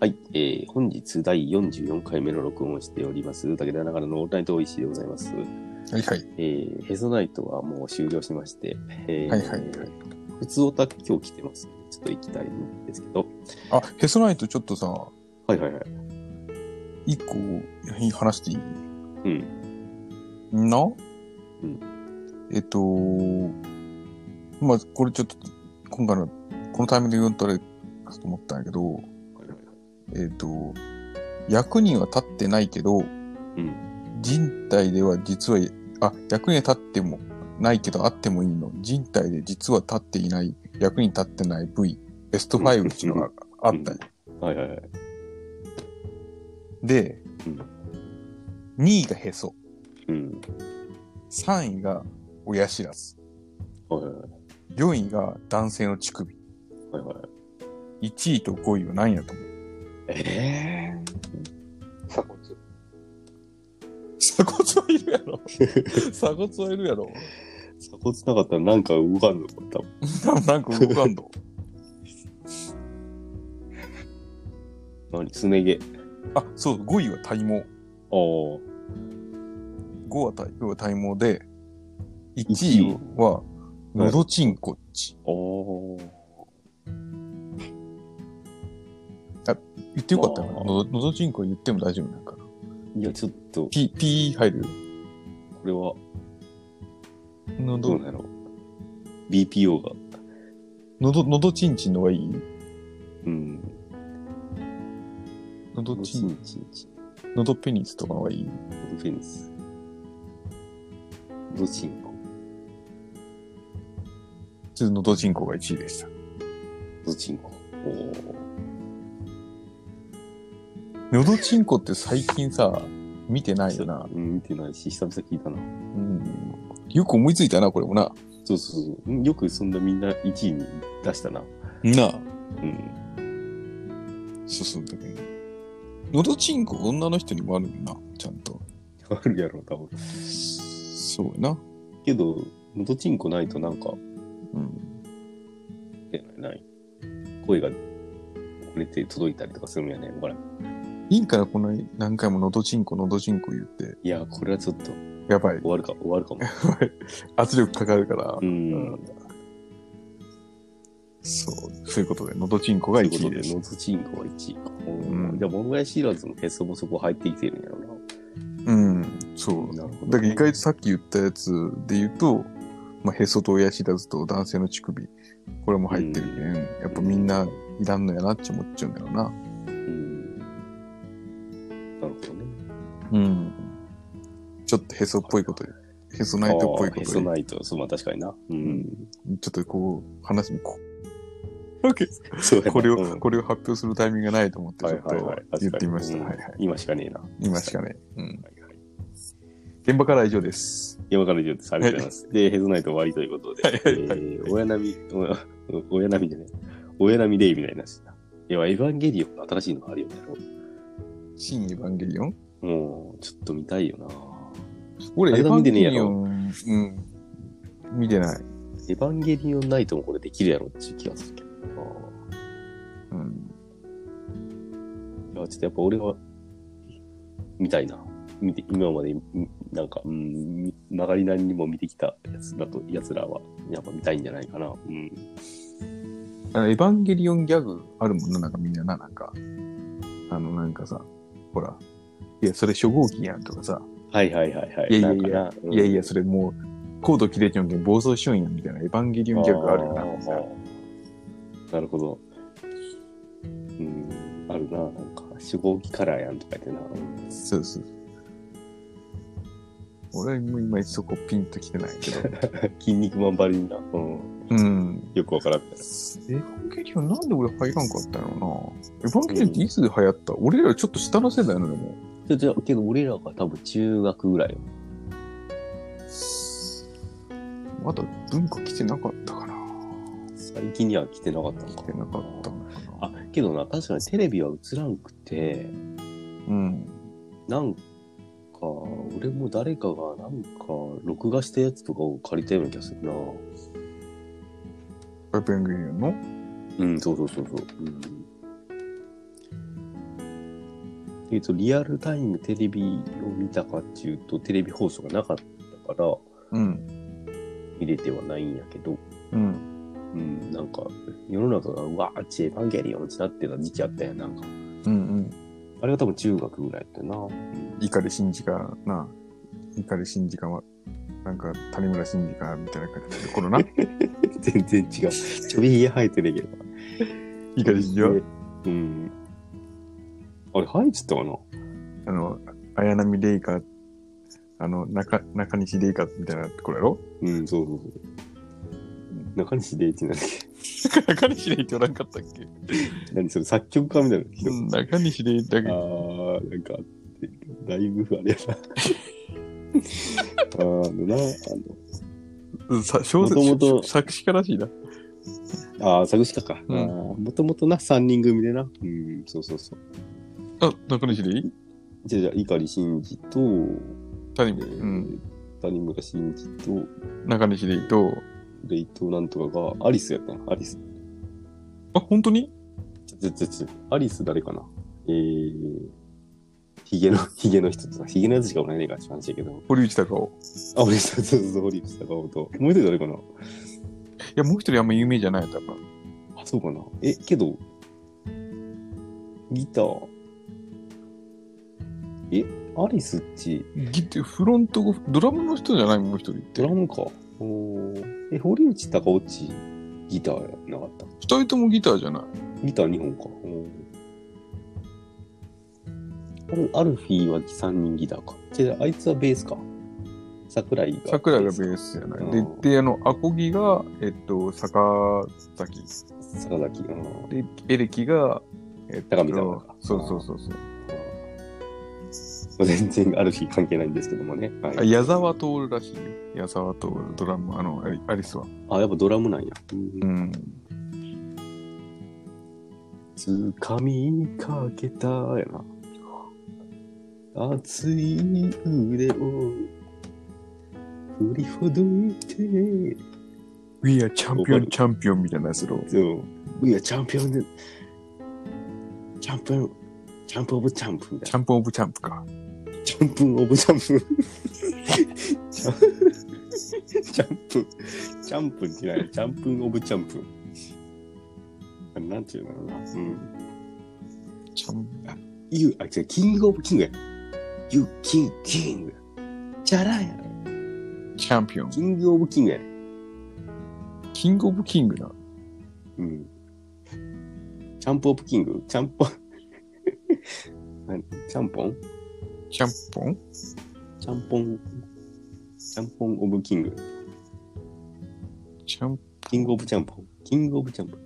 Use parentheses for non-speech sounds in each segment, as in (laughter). はい、えー本日第44回目の録音をしております、武田長野のオールナイトオイシーでございます。はいはい。えーヘソナイトはもう終了しまして、えーはいはいはい。普通オタ今日来てますので、ちょっと行きたいんですけど、あ、ヘソナイトちょっとさ、はいはいはい。一個話していいうん。なうんえっと、まあ、これちょっと、今回の、このタイミングで言うとあれかと思ったんやけど、はいはいはいえっと、役には立ってないけど、うん。人体では実は、あ、役には立ってもないけどあってもいいの。人体で実は立っていない、役に立ってない部位、ベスト5っていうのがあったんやはいはいはい。で、うん2位がへそ、うん。 3位が親知らず、はいはいはい。 4位が男性の乳首、はいはいはい。 1位と5位は何やと思うえ鎖骨。鎖骨はいるや (laughs) ろ鎖骨はいるやろー、鎖骨なかったらなんか動かんのか、多分。ななんか動かん (laughs) の何すね毛。あ、そう、5位は体毛。ああ。 5は体5は体毛で、1位は喉チンコっち。おー言ってよかったよな。あー喉喉チンコ言っても大丈夫なんかな。いや、ちょっと、こ P、P 入るれは、ど喉う、なの ?BPO が。喉、喉チンチンの方がいいうん。喉チン、チンチン。喉ペニスとかの方がいいドフェンス。ドチンコ。普通のドチンコが1位でした。ドチンコ。おーのどちんこって最近さ、見てないよな。うん、見てないし、久々聞いたな。うん。よく思いついたな、これもな。そうそうそううん。よくそんなみんな1位に出したな。なあ。うん。そうそう。だけどのどちんこ女の人にもあるんな、ちゃんと。あるやろ、多分。そうやな。けど、ドチンコないとなんか、うん。出ないない。声が遅れて届いたりとかするんやね。ほらん。いいんからこんなに何回ものどちんこのどちんこ言って。いや、これはちょっと、やばい終。わるか、終わるか (laughs) も。圧力かかるから。うん。そう。そういうことで、のどちんこがとい1うこと位で、です。ノートチンコが1位か。んじゃあ、モンゴヤシーラーズのへそもそこ入ってきてるんやろうん。そう。な。なるほど。だけど意外とさっき言ったやつで言うと、まあ、へそと親知らずと男性の乳首、これも入ってるけん、やっぱみんないらんのやなって思っちゃうんだよな。うん。なるほどね。うん。ちょっとへそっぽいこと、へそナイトっぽいあーこへそとで、ないと、そう、まあ確かにな。うん。ちょっとこう、話にこう。 (laughs) オッケーそうやなこれうんを、これを発表するタイミングがないと思って、はちいょっはいはとい。確かに言ってみました。うんはいはい。今しかねえな。今しかね。うん。はいはい。現場からは以上です。山から以上です。ありがとうございます。で、ヘズナイト終わりということで、はいはいはいえー親並み、お親並みじゃない。親並みでみたいな話だ。いや、エヴァンゲリオンの新しいのがあるよね。新エヴァンゲリオンもう、ちょっと見たいよな。俺、あエれヴがァ見ンゲてねえやリろオン、うん。見てない。エヴァンゲリオンナイトもこれできるやろっていう気がするけどな。うん。いや、ちょっとやっぱ俺は、見たいな。見て、今まで、んなんか、うん、み曲がりなりにも見てきたやつだと、やつらは、やっぱ見たいんじゃないかな。うん。あのエヴァンゲリオンギャグあるもんな、なんかみんなな、なんか。あの、なんかさ、ほら、いや、それ初号機やんとかさ、はいはいはいはい。いやいやなんいかやな、うんいやいや、それもう、コード切れちゃうんけん暴走しようんやみたいなエヴァンゲリオンギャグあるよな。なんかあーなるほど。うん、あるな、なんか、主語機カラーやんとか言ってな。うんそうそう。俺も今いちそこピンときてない (laughs) けど。筋肉マンばりにな。うん。うん。よくわからんみたいエヴァンゲリオンなんで俺入らんかったのなエヴァンゲリオンっていつ流行った、俺らちょっと下の世代なのでも。な。じゃけど俺らが多分中学ぐらいよ。まだ文化来てなかったかな最近には来てなかったのか。来てなかったのかあ、なけどな、確かにテレビは映らんくて、うん。なんか、俺も誰かがなんか、録画したやつとかを借りたような気がするな。エヴァンゲリオンのうん、そうそうそうそう。うん、えっと、リアルタイムテレビを見たかっていうと、テレビ放送がなかったから、うん。見れてはないんやけど、うん。うん、なんか、世の中が、うわあっちエヴァンゲリオンってなってた時期あったやん、なんか。うんうん。あれが多分中学ぐらいだったな。怒り信じかな。怒り信じかは、なんか谷村信じかみたいな感じの頃な。全然違う。ちょびひげ生えてねえけど。 (laughs) 怒り信じは、うん。あれ、生えてたかなあの、綾波レイカ、あの、中、中西レイカみたいなところやろうん、そうそうそう。中西礼一なんだっ (laughs) (laughs) 中西レイっておらんかったっけけ何それ、作曲家みたいな人。中西レイだけあー、なんかあって、だいぶあれや (laughs) な。あのな、さ小説もともと作詞家らしいな。あの、あー、作詞家か。うんもともとな、3人組でな。うん、そうそうそう。あ、中西レイじゃあじゃあ、碇シンジと、谷え村。ーうん。谷村新司と、中西レイと、レイトなんとかが、アリスやったな、アリス。あ、本当にちょちょちょちょ、アリス誰かなえー、ヒゲの、 (laughs) ヒゲの人とさ、ヒゲのやつしかおらないから、ちょっと話やけど。堀内隆夫。あ、俺、そうそうそう、堀内孝雄と。もう一人誰かないや、もう一人あんま有名じゃない、多分。あ、そうかな。え、けど、ギター。え、アリスっち、ギターフロントが、ドラムの人じゃないもう一人っドてラ。ムか。おーえ、堀内孝雄っち、ギターやなかった。二人ともギターじゃない。ギター2本か。おーアルアルフィーは3人ギターか。違う、あいつはベースか。桜井が。桜井がベースじゃない。うんで、で、あの、アコギが、えっと、坂崎。ス。坂崎。うんで、エレキが、えっと、高見沢かそうそうそうそう。まあ全然アルフィー関係ないんですけどもね。はいあ矢沢徹らしいよ。矢沢徹、ドラム、あの、アリアリスは。あ、やっぱドラムなんや。うん。つかみかけたやな。熱い腕を振りほどいて。 We are champion, わか champion みたいなやつを。そう。We are champion. the- champion. champ of champ. みたいチャンプオブチャンプか。な。チャンプオブチャン (laughs) プ。チャンプ。チャンプってない。チャンプオブチャンプ。あれなんていうんだろうな。うん。チャン You, あ、違う、キングオブキングや。You, king, king. チャラや。チャンピオン。キングオブキングや。キングオブキングな。うん。チャンプオブキングチャン (laughs) ポン。何チャンポンチャンポンチャンポン。チャンポンオブキング。チャンキングオブチャンポン。キングオブチャンポン。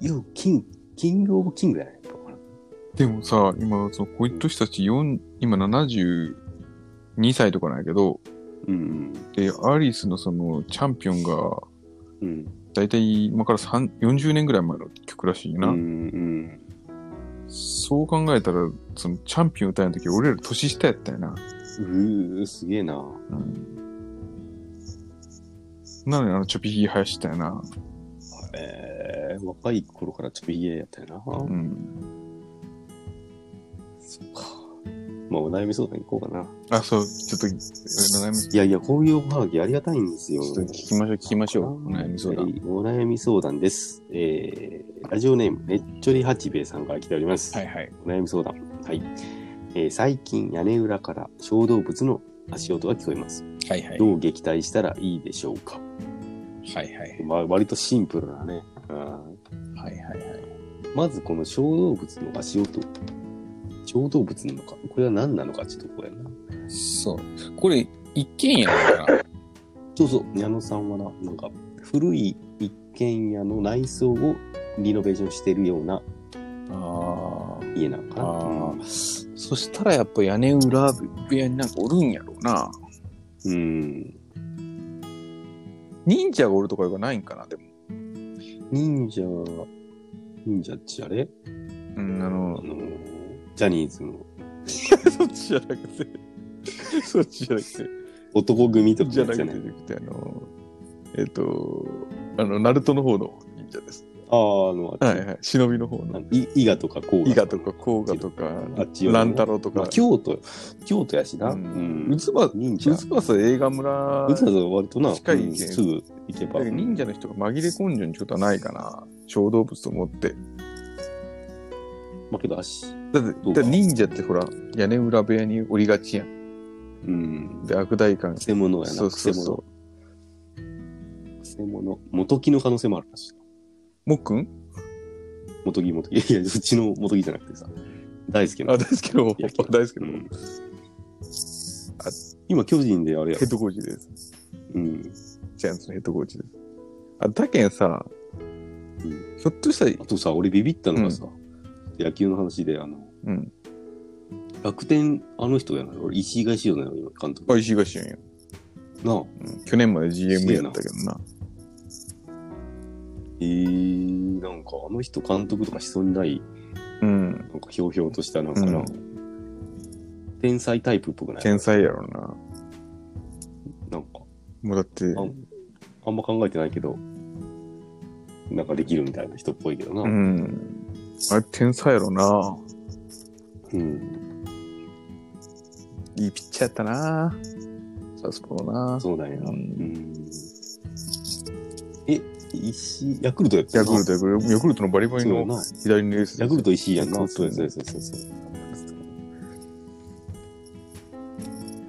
You, king, キングオブキングやね。でもさ、今、その、こういう人たち4、今72歳とかなんやけど、うんで、アリスのその、チャンピオンが、うん。うん。だいたい今から3 40年ぐらい前の曲らしいな。うんうん。そう考えたら、その、チャンピオン歌いの時、俺ら年下やったよな。うー、すげえな。うん。なのに、あの、ちょびひげ生やしてたよな。えー、若い頃からちょっと家やったよな。うん。そっか。まあ、お悩み相談行こうかな。あ、そう、ちょっと、悩み、いやいや、こういうおはがきありがたいんですよ。ちょっと聞きましょう、聞きましょう。お悩み相は談。いお悩み相談です。えー、ラジオネーム、ねっちょり八兵衛さんから来ております。はいはい。お悩み相談。はい。えー最近、屋根裏から小動物の足音が聞こえます。はいはどう撃退したらいいでしょうか、はいはい。まあ、割とシンプルなね。うんはいはいはい。まず、この小動物の足音。小動物なのかこれは何なのかちょっとこれな。そう。これ、一軒家だから。そうそう、矢野さんはな、なんか、古い一軒家の内装をリノベーションしてるようなあ家なのかあ。な。ああ。そしたらやっぱ屋根裏部屋になんかおるんやろうな。うん。忍者がおるとかがないんかな、でも。忍者、忍者っちあれうん、ああの、の、ジャニーズのそっちじゃなくて。そっちじゃなくて。男組とかじゃのなやくつて、じゃなくて、あの、えっ、と、あの、ナルトの方の忍者です。ああ、あの、あっはちいはい。忍びの方あのの。い伊賀とか甲賀伊賀とか甲賀とか、あっちよりも乱太郎とまあか。京都、京都やしな。ううんん。うつば、忍者。ううつばさ映画村。つばさ割とな、近いねうんすぐ行けば。忍者の人が紛れ込んじゃうちょっとはないかな。小動物と思って。まあけど、足。だって、だって忍者ってほら、屋根裏部屋におりがちやん。うん。で、悪代官。くせ者やな。そうそうそう。くせ者。くせ者。元木の可能性もあるらしい。もっくん元木、元木。いや、うちの元木じゃなくてさ。大好きな。あ、大好きな方いや大好きうな方ん今、巨人であれやヘ。ッドコーチです。うん。ジャイアンツのヘッドコーチです。あ、だけんさ、んひょっとしたら、あとさ、俺ビビったのがさ、野球の話で、あの、うん。楽天、あの人やな。俺、石井がしようなのよ、今、監督。あ、石井が主演や、なあ。うん。去年まで GM やったけどな。えー、なんかあの人監督とかしそうにない、うん。なんかひょうひょうとした、なんかな、うん天才タイプっぽくない天才やろな。なんか、もうだって、ああんま考えてないけど、なんかできるみたいな人っぽいけどな。ううん。ん。あれ、天才やろな。いいピッチャーやったな。サウスポーな。そうだよな。うんうん。え、石、ヤクルトやったヤよクなルト、ヤクルト、ヤクルトのバリバリそうやのな。左のエースです。ヤクルト石井やんヤクな。ルトそうねそうそうそうそう。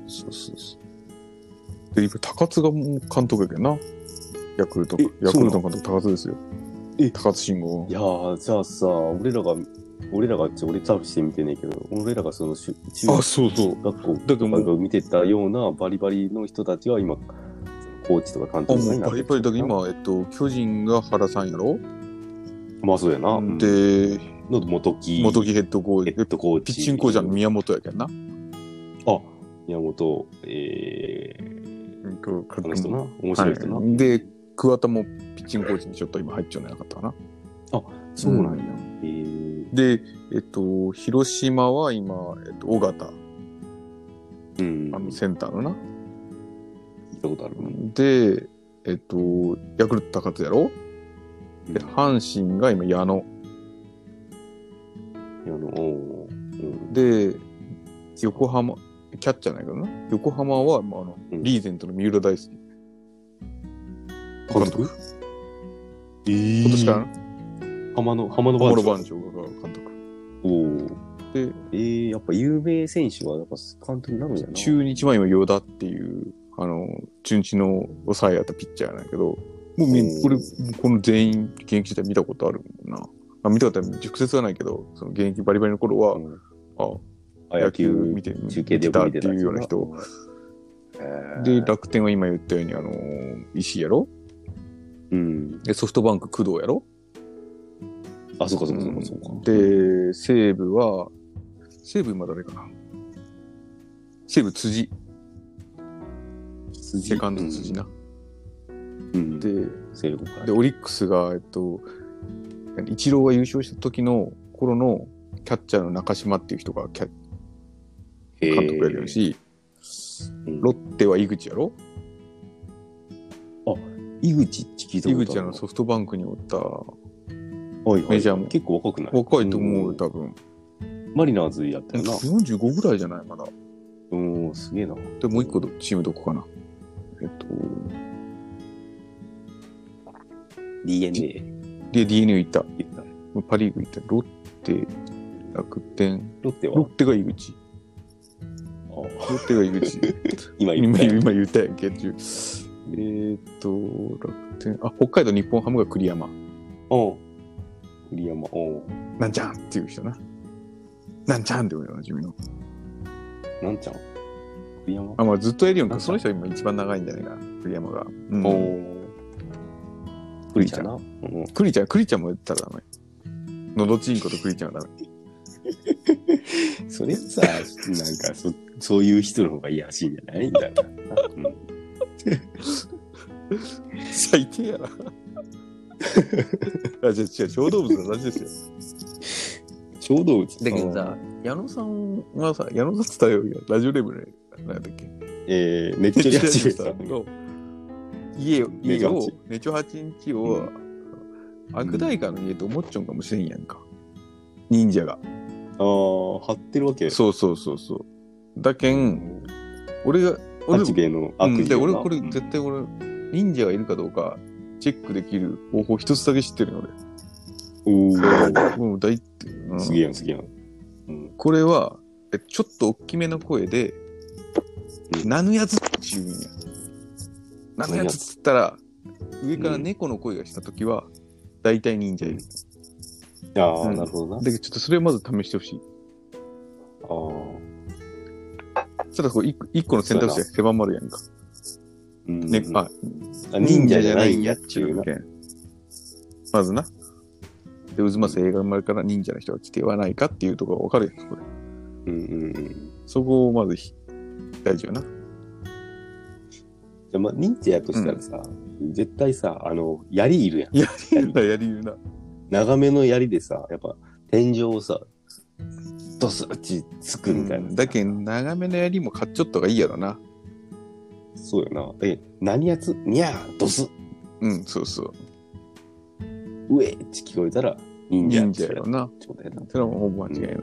そうそうそう。で、今、高津がもう監督やけどな。ヤクルト、えヤクルトの監督、高津ですよ。え高津信吾い。やー、じゃあさ、俺らが、俺らが、ちょ俺タフして見てねえけど、俺らがその、しゅ中あ、そうそう。学校だけどもなんう、か見てたようなバリバリの人たちが今、コーチとか監あ、督もうになってバリるバリだけど今、えっと、巨人が原さんやろまあそうやな。うんで、の元木、元木ヘッドコヘーッチ。ドコーピチ。ッチングコーチは宮本やけんな。あ、宮本、えー、うんと、ここの人な、面白い人な。はい、で、桑田もピッチングコーチにちょっと今入っちゃうんじゃなかったかな。そうなんや。や。えー、で、えっと、広島は今、えっと、尾形、うん。あの、センターのな。聞いたことある。で、えっと、ヤクルト高津やろで、阪神が今矢野。いやあの、おーうんで、横浜、キャッチャーなんやけどな。横浜は、まあ、あの、うんリーゼントの三浦大輔。監督えー、今年からな、浜の、浜の小番室長番長が監督。おーで、えー、やっぱ有名選手はやっぱ監督になるんやな。中日は今、ヨダっていう、あの、中日の抑えやったピッチャーなんやけど、もうみうんこれ、この全員現役時代見たことあるもんな。あ見たことは直接はないけど、その現役バリバリの頃は、うんあ、あ野球野球見て中継でよく見てた見てたっていうような人。で、楽天は今言ったように、あのー石井やろうん。で、ソフトバンク工藤やろあ、そうかそうかそうかそうか。で、西武は、西武今誰かな西武辻、筋セカンド辻な。うん、で、勢力からで、オリックスが、えっと、イチローが優勝した時の頃のキャッチャーの中島っていう人がキャへー監督やるし、うんロッテは井口やろ井口って聞いた井ことある口あのソフトバンクにおった、はいはいメジャーも結構若くない若いと思うよ、ん多分。マリナーズやったよな45ぐらいじゃないまだ。うんすげえなで、もう一個どチームどこかな。えっと、 DNA で、DNA 行った。言ったパ・リーグ行った。ロッテ、楽天。ロッテロッはテが井口。あロッテが (laughs) 井口。今言っ今たよ今言ったやんけっていう。えーっと、楽天。あ、北海道日本ハムが栗山。おう栗山おうなんちゃんっていう人な。なんちゃんってことよな、自分の。なんちゃん栗山あ、まあずっとエリオンなんか。ちゃんその人は今一番長いんじゃないかな、栗山が。うんおう栗ちゃんなうん栗ちゃん、栗ちゃんも言ったらダメ。のどちんこと栗ちゃんはダメ。それさなんかそそういう人の方がいやらしいんじゃないんだよな、うん最 (laughs) 低やな。あ、じゃあ違う、小動物の話ですよ。小動物だけどさ、矢野さんがさ、矢野さんって言ったよ、ラジオレベルなんだっけ。えー、めっちゃリア (laughs) チさんの家を、ネ家チョを八、ネチョ八日を、悪代官の家と思っちゃうんかもしれんやんか。忍者が。ああ、張ってるわけ。そうそうそうそう。だけん、俺が、俺、八兵衛のう悪ん、意でやな俺これうん絶対俺、忍者がいるかどうか、チェックできる方法一つだけ知ってるのおー俺。もう大って、うんすげえやん、すげえやん。うん。これは、えちょっと大きめの声で、うんなぬやつって言うんや。なぬやつっつったら、上から猫の声がしたときは、大体忍者いる。ああ、うんなるほどな。だけどちょっとそれをまず試してほしい。ああ。ただこう一個、一個の選択肢が狭まるやんか。うんね、あ、あ忍者じゃないんやっていうのな。けんまずな。で、渦政映画生まれから忍者の人が来てはないかっていうところがわかるやん、これ。うんうんうん。そこをまずひ、(laughs) 大事よな。じゃあまあ、忍者やとしたらさ、絶対さ、あの、槍いるやん。やりゆうな、やりゆうな。長めの槍でさ、やっぱ天井をさ、ドスッチつくみたいな。うんだけど、長めのやりも買っちょっとがいいやろな。そうよな。え、何やつにゃー、ドスうん、そうそう。うえって聞こえたら、忍者忍って者やろな。ってことやな。それはもう間違いない。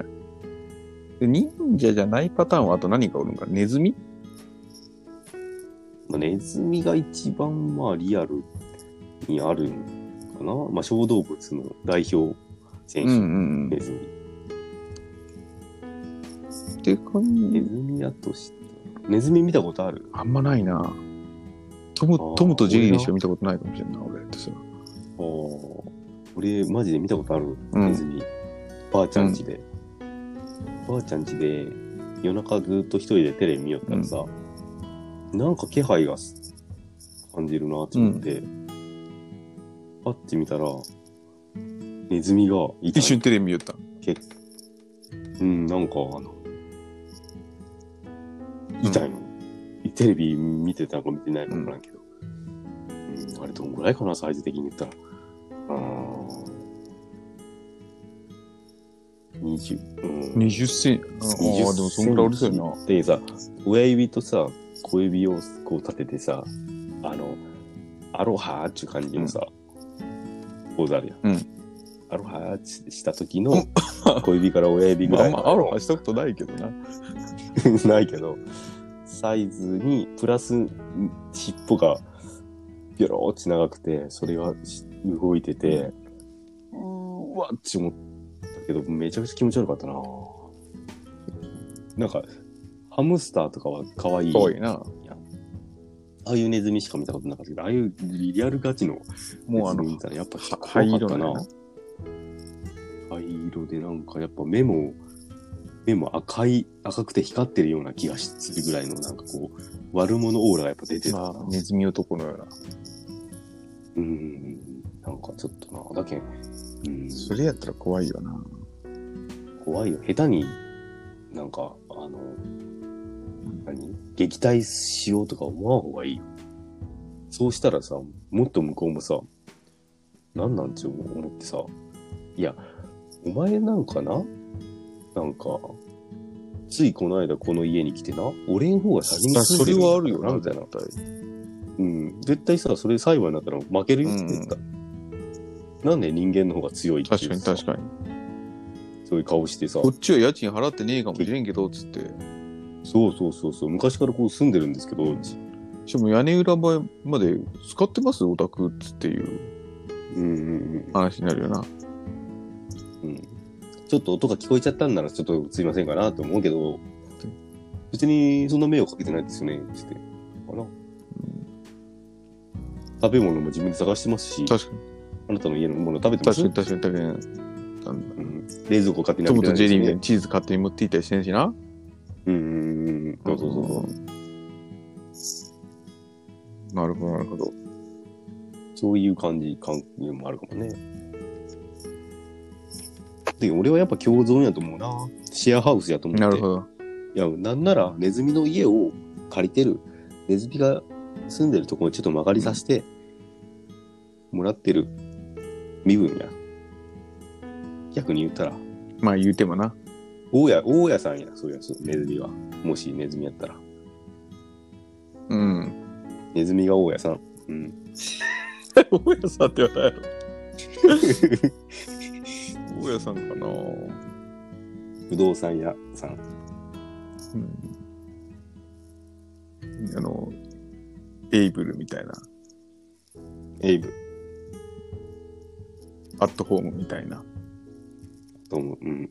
で忍者じゃないパターンはあと何がおるんかネズミまあネズミが一番、まあ、リアルにあるんかな。まあ、小動物の代表選うん手、うんうネズミ。ん。って感ネじ。ズミやとしたネズミ見たことあるあんまないな。トムあートムとジェリーでしか見たことないかもしれんな、俺ってさ。ああ。俺、マジで見たことある、うんネズミ。ばあちゃん家で。ばあちゃん家で、夜中ずっと一人でテレビ見よったらさ、なんか気配がす感じるなって思って、パッて見たら、ネズミがいた一瞬テレビ見よった。うん、なんか、あの、いたいの。テレビ見てたのか見てないのかわからんけど、うんあれどんぐらいかな、サイズ的に言ったら。あー20、うん。 20センチ。あ20ーでもそんくらいおるそうやな。でさ、親指とさ、小指をこう立ててさ、あの、アロハーっていう感じのさ、ポーズあるやん。うんアロハーってした時の、小指から親指ぐまらあ、いまの。あ、アロハしたことないけどな。 (laughs) ないけど、サイズにプラス尻尾がビョローって長くて、それがし動いてて、うーわって思ったけど、めちゃくちゃ気持ち悪かったな。なんか、ハムスターとかは可愛い。かわいいな。ああいうネズミしか見たことなかったけど、ああいうリアルガチのもうあネズミの見、たらやっぱは怖かった灰色なんやなな。灰色でなんかやっぱ目も、目も赤い、赤くて光ってるような気がするぐらいのなんかこう、悪者オーラがやっぱ出てたな。まあ、ネズミ男のような。うん。なんかちょっとな、だけん、うん、それやったら怖いよな。怖いよ。下手になんか、あの、何撃退しようとか思わん方がいいよ。そうしたらさ、もっと向こうもさ、なんなんちゅう思ってさ、いや、お前なんかななんか、ついこの間この家に来てな、俺ん方が先にあ住そんでれんだはあるよな、みたいな。絶対うん。絶対さ、それ裁判になったら負けるよって言った。なんで人間の方が強いっていう確かにさ確かに。そういう顔してさこ、っちは家賃払ってねえかもしれんけど、つって。そうそうそうそう、昔からこう住んでるんですけど、しかも屋根裏場まで使ってますオタクっつっていううんうんうん話になるよな。うん、ちょっと音が聞こえちゃったんならちょっとすいませんかなと思うけど別にそんな迷惑かけてないですよねつってかな食べ物も自分で探してますし確かに、あなたの家のもの食べてます確かに、確かに、確かに。うなんだん、冷蔵庫勝手にト開けてムとないジェリーですみたいねにチーズ勝手に持っていったりしてんしな。うんうんうんうんそうそうそうそううんなるほど、なるほど。そういう感じ、関係もあるかもね。で、俺はやっぱ共存やと思うな。シェアハウスやと思って。なるほど。いや、なんならネズミの家を借りてる、ネズミが住んでるところにちょっと曲がりさせて、もらってる身分や。逆に言ったら、まあ言うてもな。大家、大家さんや、そういうやつ、ネズミは。もしネズミやったら。うん。ネズミが大家さん。うん。大家さんって言わないやろ。大家さんかな不動産屋さん。うん。あの、エイブルみたいな、エイブ、アットホームみたいな。どうも、うん。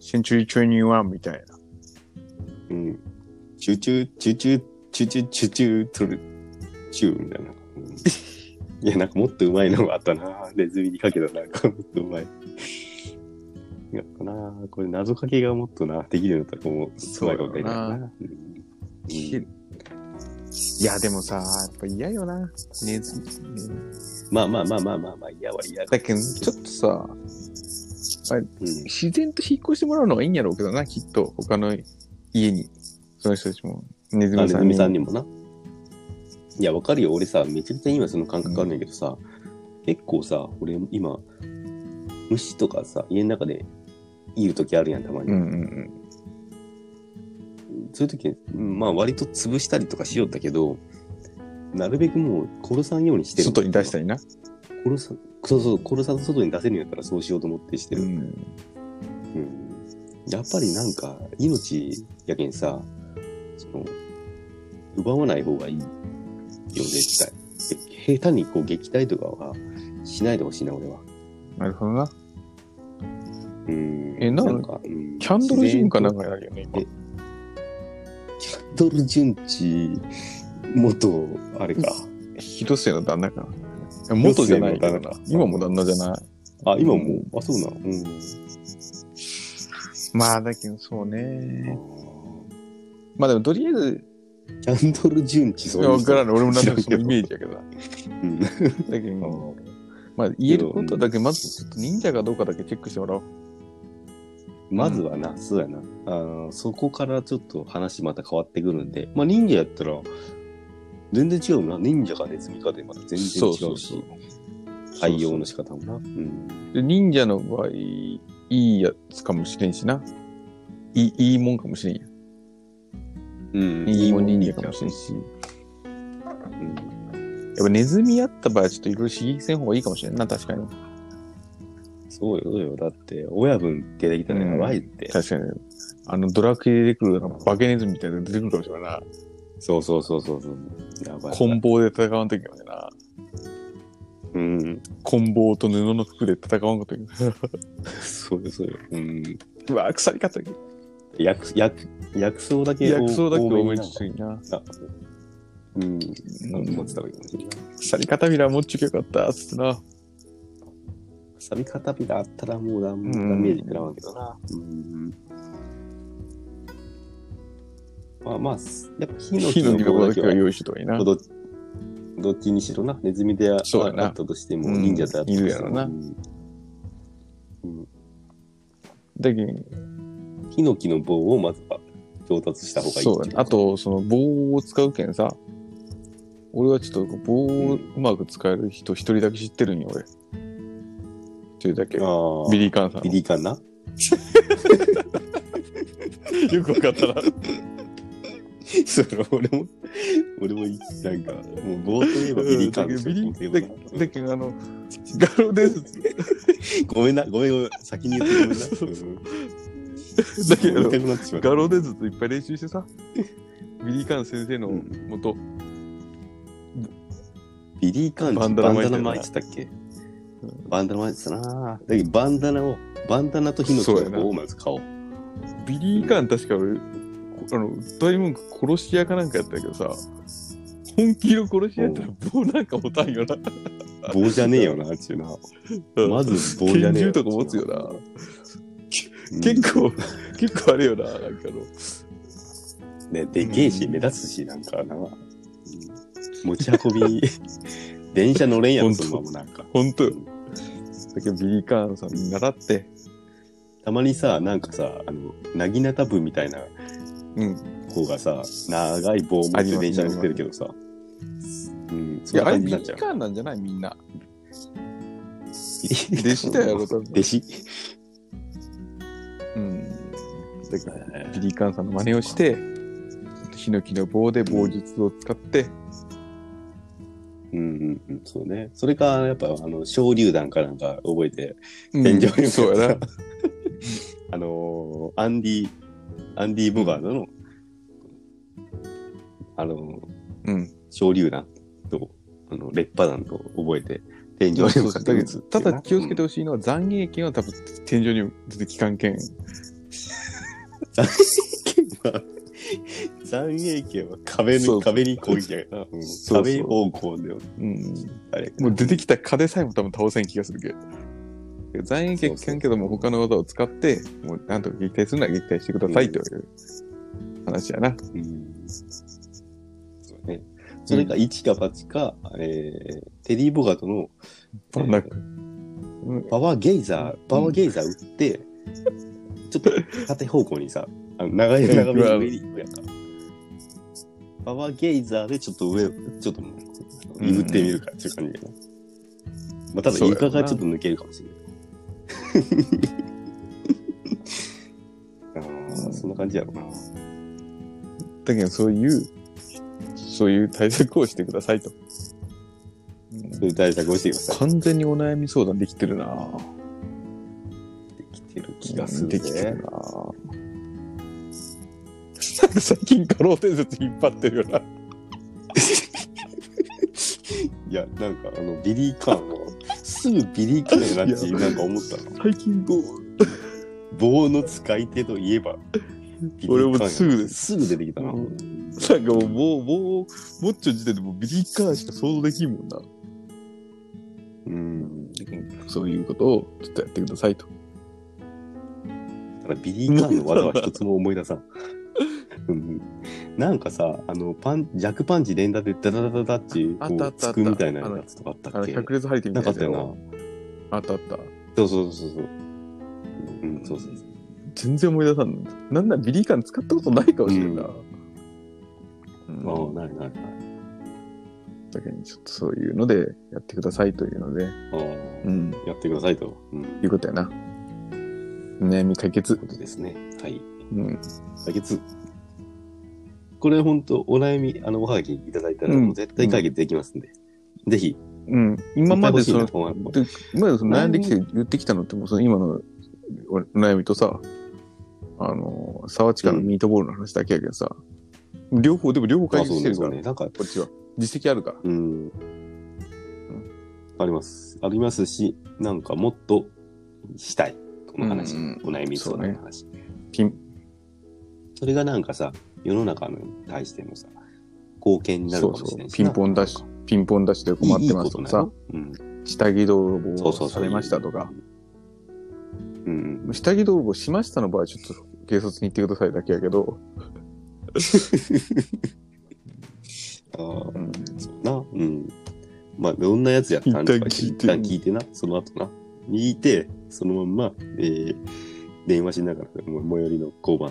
センチュリーチューニーワンみたいな。うん。チュチュ、チュチュ、チュチュ、チュチュ、トゥル、チューみたいな。うん、いや、なんかもっと上手いのがあったな。ネズミにかけたなんかもっと上手い。やったな。これ謎かけがもっとな、できるようになったらもう、そういだよなないからな。うんうんいや、でもさ、やっぱ嫌よな。ネズミ。まあまあまあまあまあまあ、嫌は嫌だ。だけど、ちょっとさ、うん。自然と引っ越してもらうのがいいんやろうけどな、きっと。他の家に。その人たちも。ネズあ、ミネさズんミに。さんにもな。いや、わかるよ。俺さ、めちゃくちゃ今その感覚あるんだけどさ、結構さ、俺今、虫とかさ、家の中でいる時あるやん、たまに。うんうんうん。そういう時、まあ割と潰したりとかしよったけど、なるべくもう殺さんようにしてる。外に出したりな。殺さ、そうそう、殺さず外に出せるんやったらそうしようと思ってしてる。ん。うんやっぱりなんか命やけんさその奪わない方がいいよ絶対で下手にこう撃退とかはしないでほしいな俺はなるほどな。うんえなんか、うんキャンドルジュンかなん自かやるよね、今え。然とキャンドル・ジュンチ元あれか広末の旦那か。元じゃないけどな広。末の旦那今も旦那じゃない。あ今もうあそうなのうんまあ、だけどそうね。まあでも、とりあえず、キャンドル・ジュンチいそうやいうわからんんない。俺もなんかそのイメージジやけどな。だけうど、んまあ言えることだけ、まずちょっと忍者かどうかだけチェックしてもらおう。まずはな、そうやな。あの、そこからちょっと話また変わってくるんで、まあ忍者やったら、全然違うもんな。忍者かネズミかでまた全然違うし、そうそうそう対応の仕方もな。うん。で忍者の場合、いいやつかもしれんしな。いい、いいもんかもしれんや。うんいいもん忍者かもしれんし。うんやっぱネズミやった場合、ちょっといろいろ刺激せん方がいいかもしれんな、確かに。そうよ、そうよ。だって、親分出てきたらやばいって。確かに。あの、ドラクエで出てくるようなバケネズミみたいなの出てくるかもしれんないな。そうそうそうそうそう。やばい。棍棒で戦わんときはねな。うん。棍棒と布の服で戦わんことに。そうよ、そうよ。うん。うわ、腐り方が。薬、薬、薬草だけ薬草だけ多思めいにつついな。あうん。うん持ってた方がいいかもしれない。腐り方びら持っちゅきゃよかったっつってな。サビ片びらあったらもうダメうんダメージ食らうけどな。うん。まあまあ、やっぱ火の火の火火のの棒棒だだけけはは用意しとかいいな。どどっちにしろな、ネズミであそうやなあったとしても、うん忍者であったとしてもいるやろなうんうんだけどヒノキの棒をまずは調達した方がいい。そうだね。あ、と、その棒を使うけんさ。俺はちょっと棒をうまく使える人一人だけ知ってるんよ、俺。っていうだけ。あビビリリーカンさんビリかなの。 (laughs) よくわかったな。それ俺も、俺も、なんか、もう棒といえばビリかんしかビリ思い浮かばだなかったけだけどあ (laughs) の、画廊伝説ごめんな、ごめんごめん、先に言ってご (laughs) めんな。うんだけど痛、くなってしまった画廊伝説いっぱい練習してさ、ビリーカン先生のもと、ビリー・カンチババンンダダナナ巻いてるな巻いてたっけ、バンダナ巻いてたなぁだけどバンダナを、バンダナと火のそう粉やなをまず買おう。ビリー・カーン確か俺、こあの、大文句殺し屋かなんかやったけどさ、本気の殺し屋やったら棒なんか持たんよな。棒じゃねえよな、っていうな。まず棒じゃねえよ。拳銃とか持つよな。うん結構、 (laughs) 結構あれよな、なんかあの。ね、でけえし、うん目立つし、なんかな。持ち運び、 (laughs) 電車乗れんやほろ、んとそのままなんか。ほんとよ。だけどビリー・カーンさんに習って、たまにさ、なんかさ、あの、なぎなた部みたいなうん。方がさ、長い棒を持って電車乗ってるけどさ。うん、いそんや、なあれ感ビじになっリちゃー・う。カーンなんじゃないみんな。弟弟子だ (laughs) よ、多分。弟子。うん。だけどビリー・カーンさんの真似をして、ヒノキの棒で棒術を使って、うんうんうん、そうね。それか、やっぱ、あの、小榴弾かなんか覚えて、うん天井に、そうやな。。 (laughs) あのーアンディ、アンディ・ムバードの、あのーうん。小榴弾と、あの、劣化弾と覚えて、天井にそうそう向かってだ撃けどつただ気をつけてほほしいのは、残影剣は多分天井に出て機関剣。しい。 (laughs) 残影剣は壁そうに、壁に攻撃だからな。うんそう壁に方向で、うん。あれ。もう出てきた金さえも多分倒せん気がするけど。残影剣剣けども他の技を使って、もうなんとか撃退するなら撃退してくださいという話やな。うんそうね。それか1か8か、えーテリー・ボガートのパンダック。うんパワーゲイザー、パワーゲイザー打って、ちょっと縦方向にさ、あの長い長めに上に行くやんか。パワーゲイザーでちょっと上、ちょっともう、いぶってみるかっていう感じで、ね。まあ、ただそうやろ床ながちょっと抜けるかもしれない。ああ、そんな感じやろうな。だけどそういう、そういう対策をしてくださいと。うんそういう対策をしてください。完全にお悩み相談できてるなできてる気がするできてねる。ななんか最近過労伝説引っ張ってるよな。いや、なんかあの、ビリー・カーンは、すぐビリー・カーンやなって、なんか思ったの。最近どう棒の使い手といえば、 (laughs) 俺もすぐです。すぐ出てきたな。うなんかもう、もう、もう、もっちょ時点でもうビリーカーしか想像できんもんな。うん。そういうことをちょっとやってくださいと。ただビリー・カーンの技は一つも思い出さん。 (laughs) うん、なんかさ、あの、パン、弱パンチ連打でダダダダダっていう、あこったあうったあつっくたみたいなやつとかあったあっの、け百裂張り手みたないかなったやつやよろな。あったあった。そうそうそうそう。うん、そうそうそう。全然思い出さん。なんならビリーカー使ったことないかもしれんな。うんああ、ないないない。だけにちょっとそういうのでやってくださいというので、あうん、あ、やってくださいと。うん。いうことやな。悩み解決。ことですね。はい。うん。解決。これ本当お悩み、あの、おはがきいただいたら、うんもう絶対解決できますんで。ぜひ、うん。今までその、絶対欲しいなこので今までその悩んできて言ってきたのってもうその今のお悩みとさ、あの、沢地下のミートボールの話だけやけどさ、両方、でも両方解あ、決そうしねてるかそうら、ね。なんか、こっちは。実績あるから。うん。あります。ありますし、なんかもっとしたい。この話。うんうんお悩み相談の話。そ,、ピン、れがなんかさ、世の中に対してのさ、貢献になそるうかもしそれなうい。しピなンポンダッシュ、ピンポンダッシュで困ってますとかさ、いいことなの下着泥うん。棒そうそうそさう。れましたとか、。うん。下着泥棒しましたの場合はちょっと警察に行ってくださいだけやけど、ああ、うん、そうな。うん。まあ、どんなやつやったんとか一一旦旦聞聞いてな、その後な。聞いて、そのまんま、えー、電話しながら、もう最寄りの交番、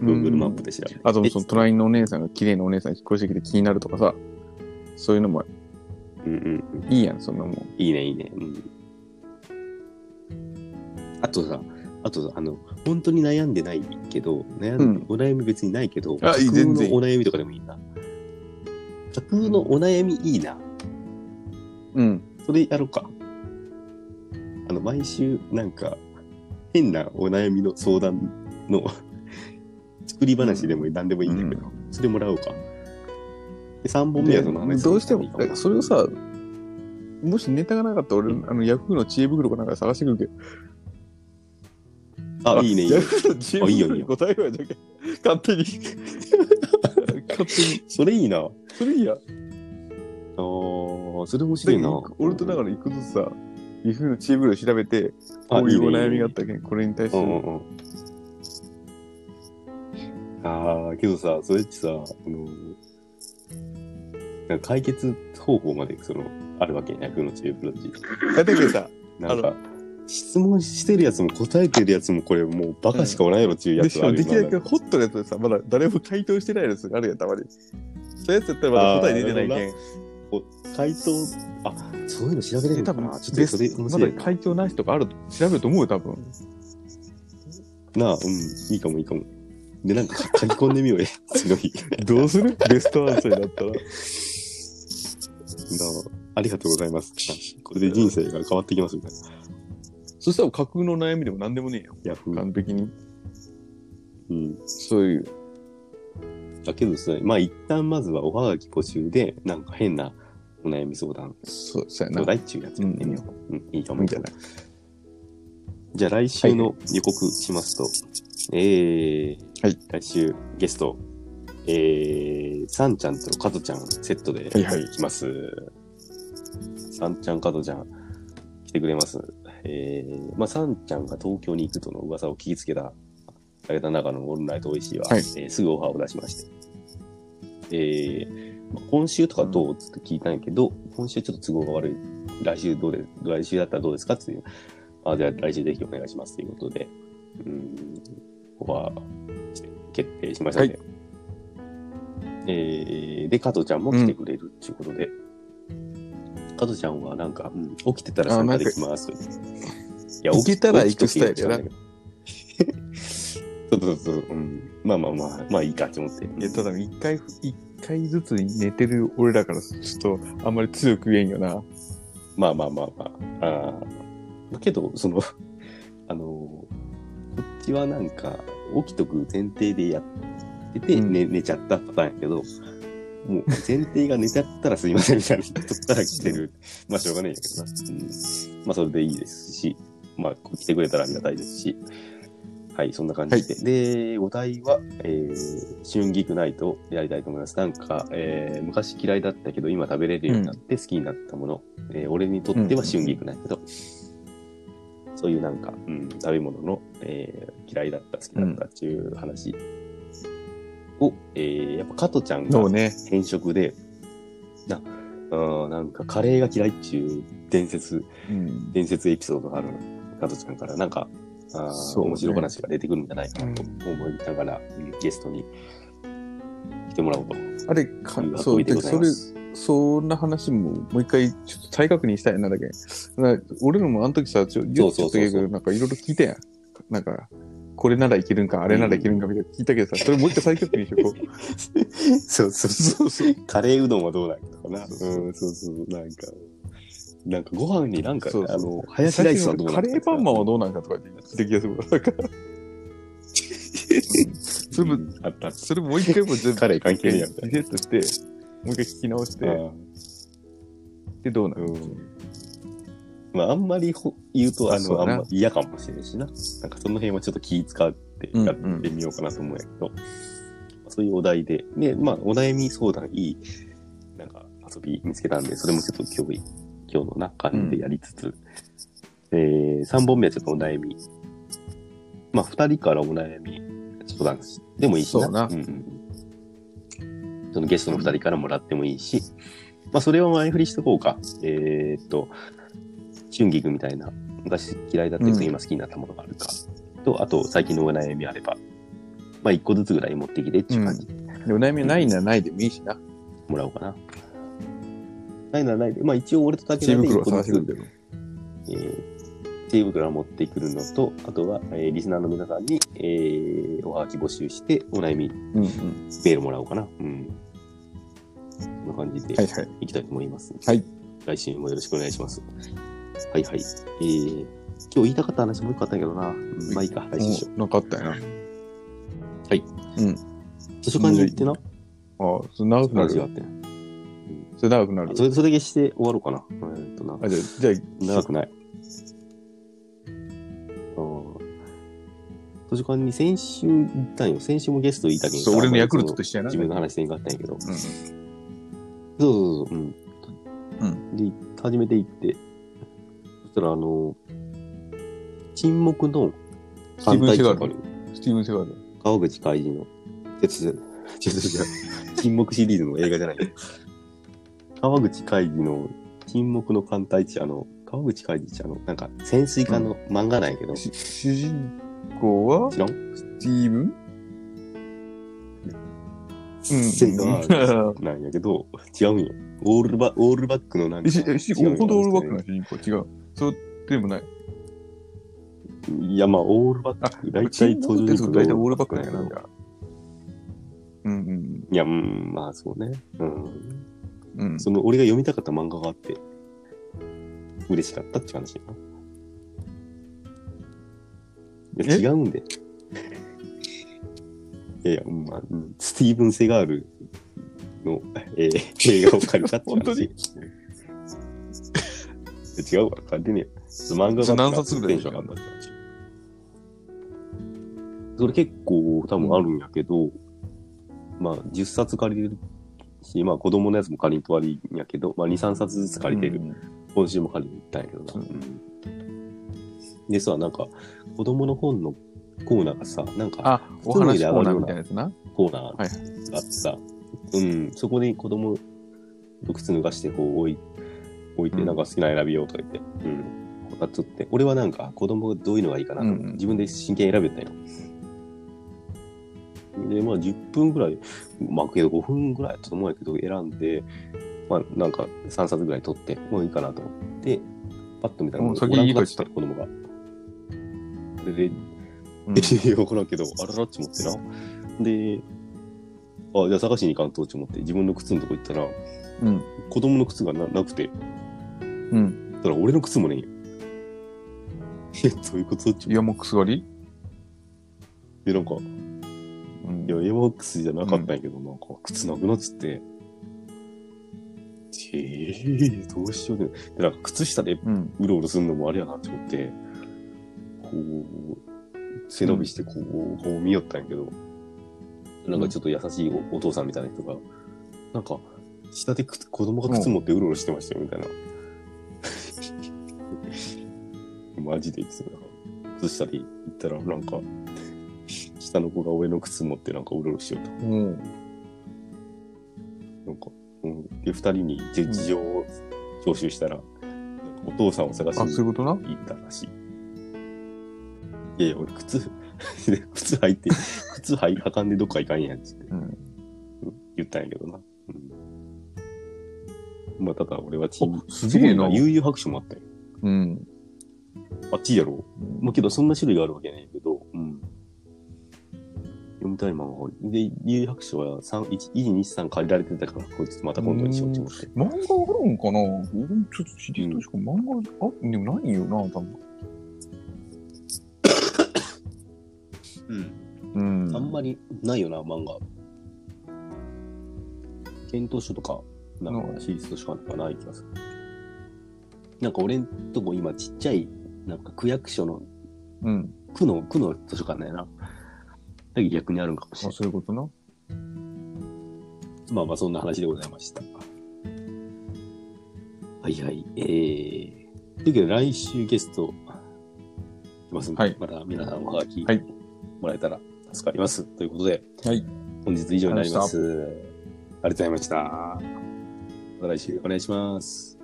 Google マップで調べて。あともうそのえ隣のお姉さんが綺麗なお姉さんに引っ越してきて気になるとかさ、そういうのもうんうんうん。いいやん、そんなもん。いいね、いいね。うん。あとさ、あとさ、あの、本当に悩んでないけど、悩んうんお悩み別にないけど、あいい架空全然いいのお悩みとかでもいいな。架空のお悩みいいな。うん。それやろうか。あの、毎週、なんか、変なお悩みの相談の作り話でも何でもいいんだけど、それもらおうか。で、3本目はその話でどうしてもいいかな、それをさ、もしネタがなかったら俺、うんあの、ヤフーの知恵袋かなんか探してくるけど。あ、いいね、いいヤね。フーの知恵あいいよいい袋によ答えようやじゃんけ。勝手に。勝手に。それいいな。あそれいいや。あー、それ面白いなだ。俺とだから一個ずつさ、ヤフーの知恵袋を調べて、あこういうおね悩みねがあったけん、これに対すうる。んうんうん。ああ、けどさ、それってさ、あの、なんか解決方法まで、その、あるわけやん、役の知恵袋って。いやだけどさ、なんあか、質問してるやつも答えてるやつもこれもうバカしかおらんやろっていうやでつしはかあもるでよきなるだけホットなやつでさ、まだ誰も回答してないやつがあるやん、たまに。そういうやつやったらまだ答え出てないあーなけん。回答、あ、そういうの調べれるので多か分なちょっとそれ面ま白だいな。回答なしとかあると調べると思うよ多分なあ、うん、いいかもいいかも。で、なんか書き (laughs) (laughs) 込んでみようや。すごい。どうするベストアンサーになったらありがとうござい (laughs) ます。これで人生が変わってきますみたいな。そしたら架空の悩みでも何でもねえよ。ヤフー。完璧に。うん。そういう。だけどですね、まあ一旦まずはおはがき募集で、なんか変なお悩み相談、そう、そうやどうな。だいっていうやつうやんってみよう。うん、いいとい思いうんけじどゃないじゃあ来週の予告しますと、えー、はい来週ゲスト、えー、サンちゃんとカトちゃんセットではいはい来ます。サンちゃん、カトちゃん来てくれます。えー、まあサンちゃんが東京に行くとの噂を聞きつけた、武田中のオールナイト OEC は、はいえーすぐオファーを出しまして、えー、まあ今週とかどうって聞いたんやけど、今週ちょっと都合が悪い。来週どうで、来週だったらどうですかっていう。あ、じゃあ来週ぜひお願いしますということで、うん、オファーして決定しましたね。はえー、で、加藤ちゃんも来てくれるっていうことで、加藤ちゃんはなんか、うん起きてたら参加できますという。い行けたら行くスタイルやなだ。 (laughs) そうそうそう、うん。まあまあまあ、まあいいかと思って。いや、ただ一回、一回ずつ寝てる俺らからちょっとあんまり強く言えんよな。まあまあまあまあ。あーだけど、その、 (laughs) あのー、こっちはなんか、起きとく前提でやってて、うん寝寝ちゃったパターンやけど、もう前提が寝ちゃったらすいませんみたいな人ったら来てる。まあしょうがないんやけどな。うん、まあそれでいいですし、まあ来てくれたらありがたいですし、はい、そんな感じで。で、お題は、えー、春菊ナイトをやりたいと思います。なんか、えー昔嫌いだったけど、今食べれるようになって好きになったもの、えー俺にとっては春菊なんやけど、そういうなんか、うん、食べ物の、えー嫌いだった、好きだったっていう話を、えーやっぱ加トちゃんがそうね。変色で、な、うん、なんかカレーが嫌いっていう伝説、うん。伝説エピソードがある加トちゃんから、なんか、あーそうね面白い話が出てくるんじゃないかなと思いながら、うんゲストに来てもらおうとあれ、かいうそ運う、びでで、ございそまれ、す。そんな話も、もう一回、ちょっと再確認したいな、だけ。な俺らもあの時さ、ちょ、そ言うっちそゃうそうそうったけど、なんかいろいろ聞いたやん。なんか、これならいけるんか、あれならいけるんか、みたいな聞いたけどさ、それもう一回再確認しようこう。そうそうそうそう。 (laughs) カレーうどんはどうなんだろうな。うん、そうそう。なんか、なんかご飯になんか、そうそうあの、林ライスはどうなんカだろうレーパンマンはどうなんかとか言ってきた気がする。なんか、それうも、んあった。それもう一回も全部、カレー関係ねえやんリセットして、もう一回聞き直して、で、どうなるうんまあ、あんまりほ言うと、あそうの、あだんなま嫌かもしれんしな。なんかその辺はちょっと気使ってやってみようかなと思うんやけど、そういうお題で、で、まあ、お悩み相談いい、なんか遊び見つけたんで、それもちょっと今日、今日の中でやりつつ、えー、3本目はちょっとお悩み。まあ、2人からお悩み相談しでもいいしな。そうなうんうんそのゲストの2人からもらってもいいし、まあ、それを前振りしとこうか。えーっと、春菊みたいな、昔嫌いだったけどうん今好きになったものがあるか。と、あと、最近のお悩みあれば、まあ、1個ずつぐらい持ってきてっていう感じででお悩みないならないでもいいしな。もらおうかな。ないならないで、まあ、一応俺と竹知恵田で袋1を個探ずしてつくるけど。えー、知恵袋を持ってくるのと、あとは、えーリスナーの皆さんに、えーおはがき募集して、お悩み、うんうん。メールもらおうかな。うん。そんな感じではいはい。いきたいと思います。はい。来週もよろしくお願いします。はいはい。えー、今日言いたかった話もう一個あったんやけどな。うんまあいいか、来週にしよなんかあったよな。あう。図書館に行ってな。あ、それ長くな話るがあよ。って。それ長くなるあ。それ、それだけして終わろうかな。えーっとな。あ、じゃあ、じゃ長くない。あー図書館に先週行ったんよ。先週もゲストいたあ、けどそう、俺のヤクルトと一緒やな。自分の話せんかったんやけど。そううんそうそう。うん。うで、初めて行って、そしたら、あの、沈黙のスティーブン・セガ反対ール。スティーブン・セガール。川口海人の、ちょっと、ちょっとちょっと、沈黙シリーズの映画じゃない。川口海人の沈黙の艦隊地、あの、川口海人ってあの、なんか潜水艦の漫画なんやけど、し主人公は、知らんスティーブンセガーうルなんやけど、違うんよ。オールバオールバックのなんえか。し、えし、ほんとオールバックなの主人公違う。そうでもない。いや、まあ、オールバック。大体登場で人そう物大体オールバックなんやなんな。うんうん。いや、うん、まあそうね。うん。うん。その俺が読みたかった漫画があって、嬉しかったって感じ。いやえ違うんで。 (laughs) いやいや、うんまあ、うんスティーブン・セガールの、えー映画を借りたって感 (laughs) 本当じ。違うわ、借りてねえよ。漫画そがれ何冊ぐらいでしょあったって話それ結構多分あるんやけど、まあ10冊借りてるし、まあ子供のやつも借りてはいいんやけど、まあ2、3冊ずつ借りてる。今週も借りに行ったんやけどな。うでさ、なんか、子供の本のコーナーがさ、なんか、あ、お話コーナーみたいなやつな。コーナーがあってさ、うん、そこに子供の靴脱がしてこう置い置いて、うんなんか好きなの選びようとか言って、うん、こたつって、俺はなんか子供がどういうのがいいかなと思って、うんうん自分で真剣に選べたんよ。で、まあ10分ぐらい、まあけど5分ぐらいだったと思うんやけど、選んで、まあなんか3冊ぐらい取って、もういいかなと思って、パッと見たらうんもう先おらんいいくとなっ言ってたてた子供が。で、で (laughs) ういんや、分からんけど、あららっち思ってな。で、あ、じゃあ探しに行かんとって思って、自分の靴のとこ行ったら、うん。子供の靴がななくて、うん。だから俺の靴もねえよ。 (laughs) え、どういうことっちイヤモックス割で、りなんか、うんいや、エマックスじゃなかったんやけど、なんか、靴なくなっちゃって、えー、どうしようね。で、なんか、靴下でうん。うろうろするのもあれやなって思って、こう、背伸びしてこう、こう見よったんやけど、なんかちょっと優しいおお父さんみたいな人が、なんか、下で靴子供が靴持ってうろうろしてましたよ、みたいな。 (laughs) マジで言ってたな。靴下で行ったら、なんか、下の子が俺の靴持ってなんかうろうろしようと。うん。なんか、うん。で、二人にじ事情を聴取したら、なんかお父さんを探しあ、そうにいうことな行ったらしい。いやいや、俺、靴、 (laughs) 靴履いて、靴履い履かんでどっか行かんやんっつって、うん言ったんやけどな。うん、まあ、ただ俺はチーム、すげえなすごい悠々白書もあったよ。うん。あっちいやろ。まあ、けど、そんな種類があるわけないけど、うん。読みたい漫画が多い。で、悠々白書は3、1、1、2、3借りられてたから、こいつまた今度にしようって思って。漫画あるんかな俺もちょっと知りたいしか漫画あでもないよな、多分。うん。うん。あんまりないよな、漫画。検討書とか、なんうかんシリーズとしかなんかない気がする。なんか俺んとこ今ちっちゃい、なんか区役所のうん。区の、区の図書館だよな。だけど逆にあるんかもあ、しれそないういうことな。。まあまあそんな話でございました。はいはい。えー。というわけで来週ゲスト来ますんで、はいまた皆さんおはがきはいもらえたら助かります。ということで、はい。本日以上になります。ありがとうございました。また来週お願いします。